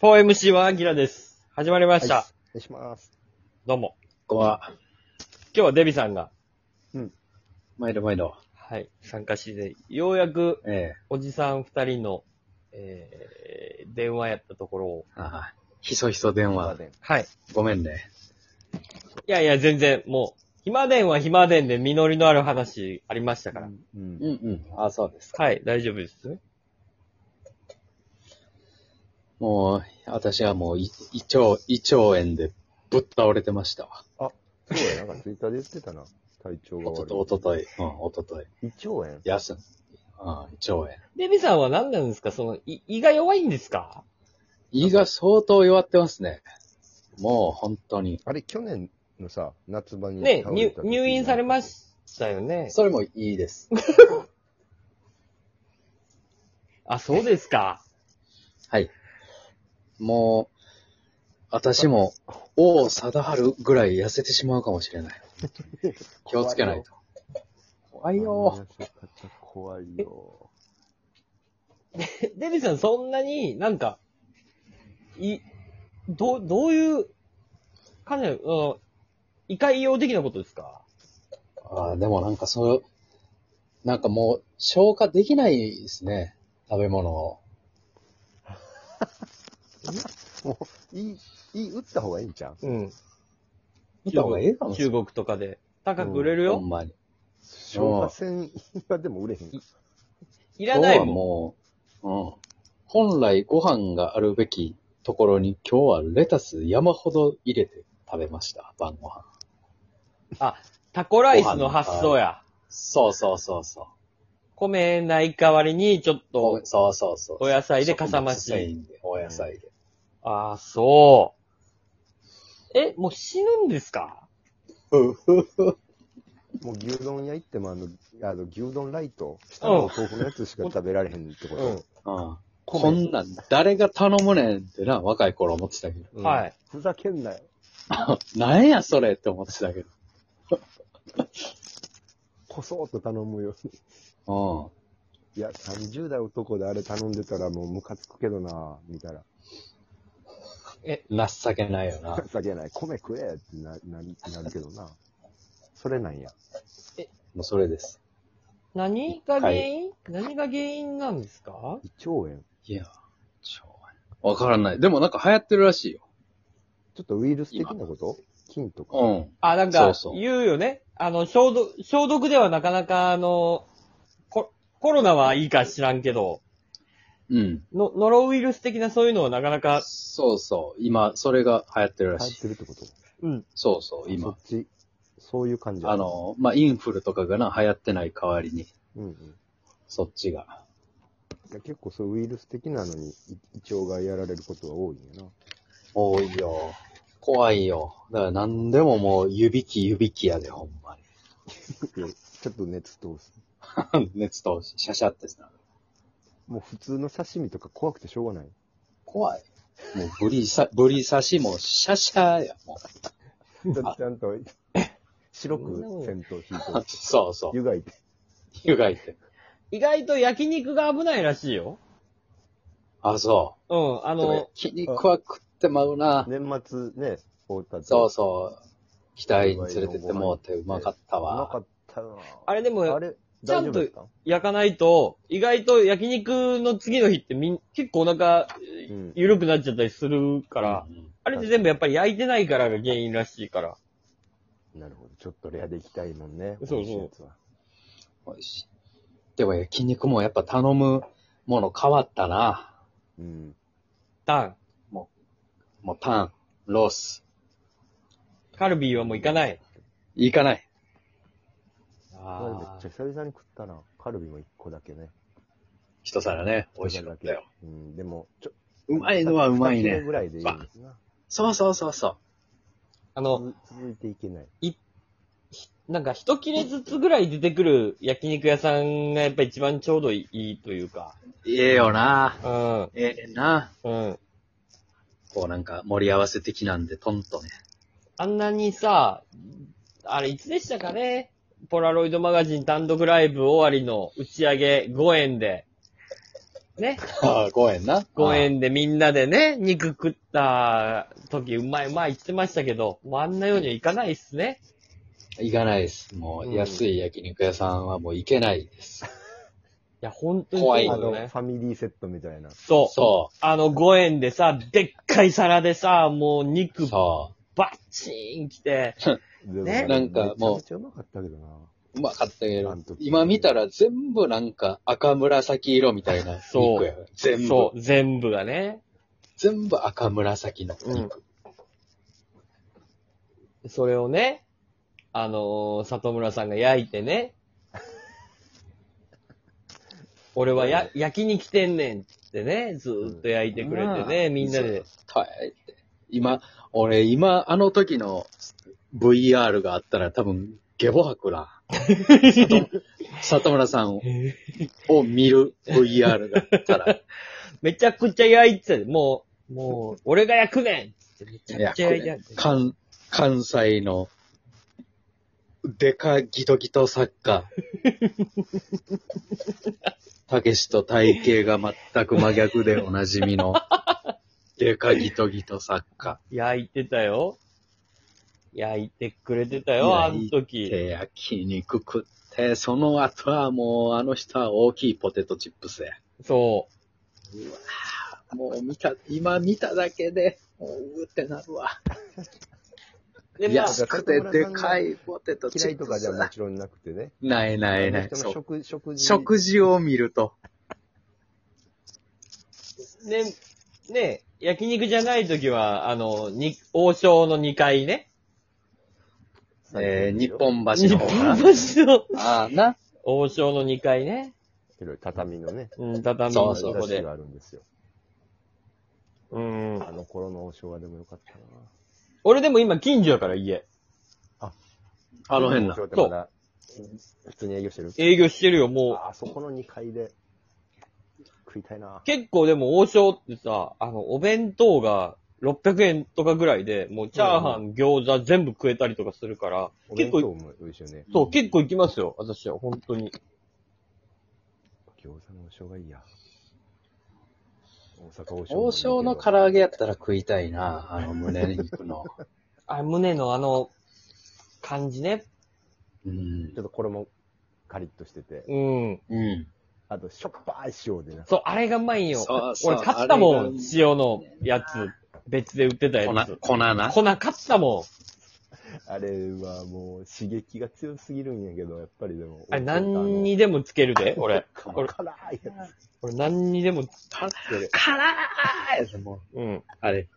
4MC はアキラです。始まりました。はいお願いします。どうも。ここは、今日はデビさんが、毎度毎度、はい、参加して、ようやくええおじさん二人の、えー、電話やったところを、ああ、ひそひそ電話、はい。ごめんね。いやいや、全然、もう、暇電は暇電で実りのある話ありましたから。うんんうん、ああ、そうです。はい、大丈夫ですね。もう、私はもう、い胃腸、胃腸炎でぶっ倒れてましたわ。そうや、なんかツイッターで言ってたな。体調がおと悪と、おととい、うん、おととい。い。胃腸炎休ん、うん、胃腸炎。デビさんは何なんですかその、い胃が弱いんですか胃が相当弱ってますね。もう、本当に。あれ、去年のさ、夏場にね倒れ入た時。、入院されまししたよね。それもいいです。あ、そうですか。はい。もう、私も、王貞治ぐらい痩せてしまうかもしれない。 気をつけないと。怖たいよ。。怖いよ。デビさん、そんなになんか、い、どう、どういう、かなり、あの、異界用的なことですかああ、でもなんかそう、なんかもう消化できないですね。食べ物を。もう、いい、いい、打った方がいいんちゃううん。打った方がいいかもしれ中ない。国とかで。高く売れるよ。ほんまに。消化栓はでも売れへん。いらない今日もはん。もう、うん。本来ご飯があるべきところに今日はレタス山ほど入れて食べました。晩ご飯。タコライスの発想や。そうそうそうそう。米ない代わりに、ちょっおと、そうそうそう。お野菜でかさ増し食物繊維でお野菜で。ああ、そう。え、もう死ぬんですかもう牛丼屋行っても、あの、あの牛丼ライト、下のお豆腐のやつしか食べられへんってこうんと。。うん。米こんなん誰が頼むねんってな、若い頃思ってたけど。うんはい。ふざけんなよ。なんやそれって思ってたけど。こそっと頼むよ。うん。いや、30代男であれ頼んでたらもうムカつくけどな、見たら。情けないよな。情けない。米食えってな、な、なるけどな。それなんや。もうそれです。何が原因、何が原因なんですか胃腸炎。いや、しょうがない。わからない。でもなんか流行ってるらしいよ。ちょっとウイルス的なこと菌とか。うん。あ、なんかそうそ、う言うよね。あの、消毒、消毒ではなかなか、あの、ココロナはいいか知らんけど、うん。の、ノロウイルス的なそういうのはなかなか、そうそう。今、それが流行ってるら入っしい。てるってことうん。そうそそっう、今。ち、そういう感じ。あ、の、まあ、インフルとかがな、流行ってない代わりに、うんうん。そっちが。いや結構そうウイルス的なのにい胃腸がやられることは多いんやな。多いよ。怖いよ。だから何でももう、湯引き湯引きやで、ほんまいやちょっと熱通す。 に。熱通し、シャシャってさ。もう普通の刺身とか怖くてしょうがない。怖い。もう、ブリさ、ブリ刺しも、シャシャや、もう。ちゃんちゃんと白く線と引いて、 そうそう。湯がいて。湯がいて。意外と焼肉が危ないらしいよ。あ、そう。うん、あでもの、焼肉は食ってまうな。年末ね、大田そうそう。期待に連れてってもうてうまかったうまかわ。ったなあれでもあれ、大丈夫ですか焼かないと、意外と焼肉の次の日ってみん、結構お腹、うん緩くなっちゃったりするから、うんうんあれって全部やっぱり焼いてないからが原因らしいから。なるほど。ちょっとレアでいきたいもんね。そうそう美味しいやつは美味しい。でも焼肉もやっぱ頼むもの変わったな。うん。タン、もうパン、ロース。カルビーはもう行かない。いかない。あれめっあちゃ久々に食ったな。カルビも一個だけね。一皿ね、美味しかったよ。うん。でも、ちょ、うまいのはうまい二切れね。ぐらいでいいんですな。そうそうそうそあの、続いていけない。なんか一切れずつぐらい出てくる焼肉屋さんがやっぱ一番ちょうどいいというか。う。ええよな。うん、ええねんな。うん。こうなんか盛り合わせ的なんで、トンとね。あんなにさ、あれいつでしたかねポラロイドマガジン単独ライブ終わりの打ち上げ5円で、ね。ああ、ご縁な。公園でみんなでね、肉食った時うまいうまい言ってましたけど、もうあんなようにはいかないっすね。行かないです。もうんう、安い焼肉屋さんはもう行けないです。いや、本当に怖いそあうだの、よね。ファミリーセットみたいな。そう。そあの、5円でさ、でっかい皿でさ、もうう。肉そバッチーン来て、でもねあれなんかもうめちゃめちゃうまかったけどな。う。うまかったけなどんと、今見たら全部なんか赤紫色みたい なそう肉や。全部そ。う、全部がね。全部赤紫の肉。それをね、あのー里村さんが焼いてね。俺はや、焼きに来てんねんってね、ずーっと焼いてくれてね、うんみんなで。たいって。今、俺今、あの時の VR があったら多分、ゲボ吐 くな。里里村さんをを見る VR があったら。めちゃくちゃ焼いてたもう、もう、俺が焼くねんってめちゃくちゃ焼いてた関、関西の、デカギトギト作 家。たけしと体型が全く真逆でおなじみの、デカギトギト作家。焼いてたよ。焼いてくれてたよ、あの時。で、焼肉食って、その後はもう、あの人は大きいポテトチップスや。そもう見た、今見ただけで、もう、うーってなるわ。う。で、まあ、安くてでかいポテトチ嫌いッとプかスじゃもや。ちろんなくてね。ないないなあい。の人そのう食、食事。食事を見ると。ね、ね、焼肉じゃない時は、あの、に、王将の2階ね。えー、日本橋日の方から本。橋のああ、な。王将の2階ね。広い畳のね、うん、畳そのうそとうこ雑誌で。があるんですよ。うん。あの頃の昭和でもよかったな。俺でも今近所やから家。あの辺なな。そう。まだ普通に営業してる営業してるよ、もう。あそこの2階で食いたいな。結構でも王将ってさ、あの、お弁当が600円とかぐらいで、もうチャーハン、餃子全部食えたりとかするから、お結弁構、当も美味しいよね。そう、結構行きますよ、私は、本当に。餃子の王将がいいや。大阪王将。王将の唐揚げやったら食いたいな。あの、胸 肉の。あ、胸のあの、感じね。うんちょ。っとこれもカリッとしてて。うん。うん。あと、しょっぱい塩でな。そう、あれがうまいんよ。そうそう俺買ったもあれんが、塩のやつ。別で売ってたやつ粉、。粉な。粉買ったもあれはもう刺激が強すぎるんやけど、やっぱりでも。ん。あれ何にでもつけるで、俺。あの俺、辛いやつ。俺何にでも、辛いもう、うん。あれ。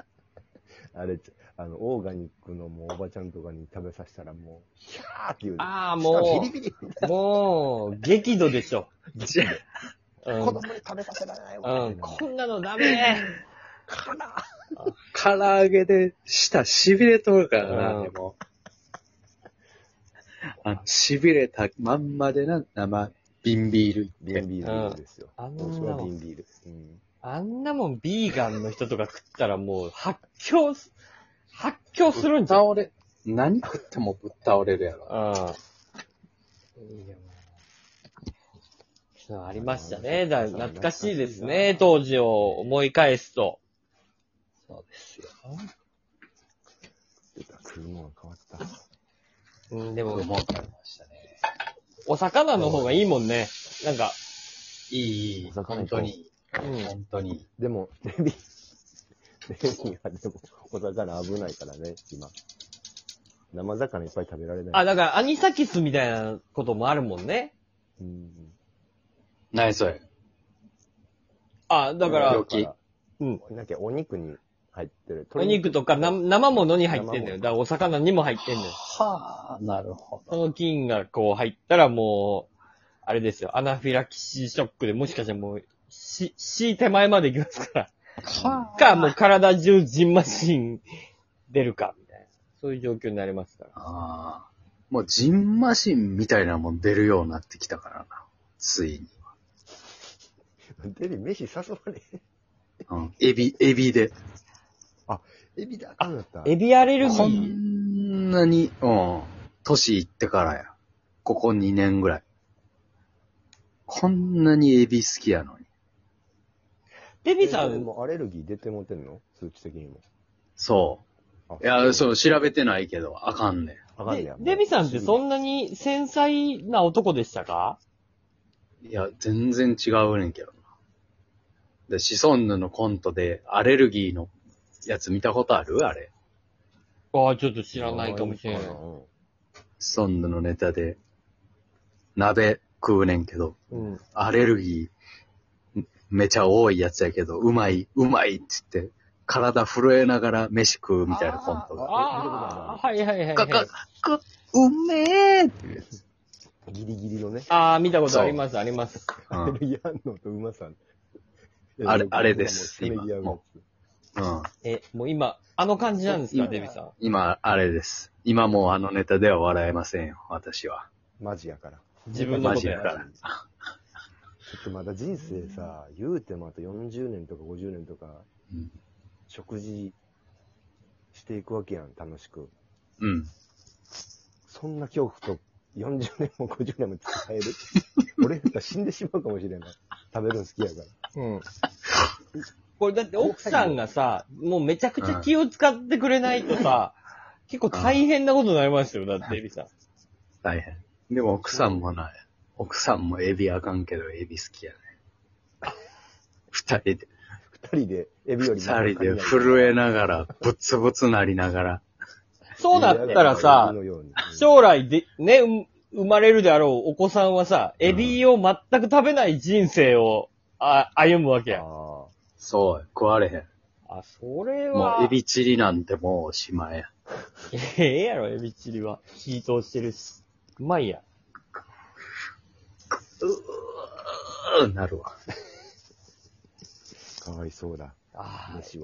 あれ、あの、オーガニックのもうおばちゃんとかに食べさせたらもう、キャーっていう。ああ、あもビリビリ。う、もう、激怒でしょ。じゃうん子供に食べさせられないわ。うみん、たいなこんなのダメ辛い唐揚げで舌痺れとるからうんな、でも。あの、痺れたまんまでな、生、瓶ビール行っ瓶て。ビールですよ。あんな王将はもん、瓶ビール。うん。あんなもんビーガンの人とか食ったらもう発狂す、発狂するんじゃん。うん。倒れ、何食ってもぶっ倒れるやろ。いやもうそうありましたね。だ懐かしいですね。当時を思い返すと。そうですよ。出た食うもんが変 わった。うん、でも、思ってましたね。お魚の方がいいもんね。なんか、いい、いいお魚本当に。うん。本当に。でも、レビ、レビはでも、お魚危ないからね、今。生魚いっぱい食べられない。あ、だからアニサキスみたいなこともあるもんね。うん。何それ。あ、だから病、気うん。なんかお肉に入ってる。お肉とかな生物に入ってんだよ。だからお魚にも入ってんだよ。はあ、なるほその菌がこう入ったらもう、あれですよ、アナフィラキシーショックでもしかしたらもう、し、死手前まで行きますから。 ど。はあ。か、もう体中ジンマシン出るか、みたいな。そういう状況になりますから。ああ。もう、ジンマシンみたいなもん出るようになってきたからな。ついに。デビ、飯誘わ れへん。うん。エビ、エビで。エビだ、あかんかった。エビアレルギこーんなに、うん。年いってからや。ここ2年ぐらい。こんなにエビ好きやのに。デビさえそれん、もアレルギー出てもってんの数値的にも。そあう。いや、そう、調べてないけど、あかんねあかんねでや。デビさんってそな。んなに繊細な男でしたかん。いや、全然違うねんけどな。で、シソンヌのコントで、アレルギーのやつ見たことあるあれ。ああ、ちょっと知らないかもしれない。うんシソンヌのネタで、鍋食うねんけど、うん。アレルギーんめちゃ多いやつやけど、うまい、うまいっつって、体震えながら飯食うみたいなコントが。ああ、はいはいはい、はい。かか、か、うめえギリギリのね。ああ、見たことあります、あります。アレ ルギー反応とうまさ。あれあれです今。僕はもううん。え、もう今、あの感じなんですか、デビさん。今、あれです。今もうあのネタでは笑えませんよ、私は。マジやから。自分のこマジとややかからら。ちょっとまだ人生さ、言うてもあと40年とか50年とか、うん食事していくわけやん、楽しく。うん。そんな恐怖と40年も50年も使 える。俺ら死んでしまうかもしれない。食べるの好きやから。うん。これだって奥さんがさ、もうめちゃくちゃ気を使ってくれないとさ、結構大変なことになりましたよ、だって、エビさん。大変。でも奥さんもない。奥さんもエビあかんけど、エビ好きやね。二人で、二人でエビより二人で震えながら、ぶつぶつなりながら。そうなったらさ、ょ将来で、ね、うん生まれるであろうお子さんはさ、エビを全く食べない人生を、あ、歩むわけやん。あそう、食われへあ、それん。もは。うエビチリなんてもうおしまいや。いや ええやろ、エビチリは。火通してるし。うまいやん。うーなるわ。あ、かわいそうだ。ああ飯は。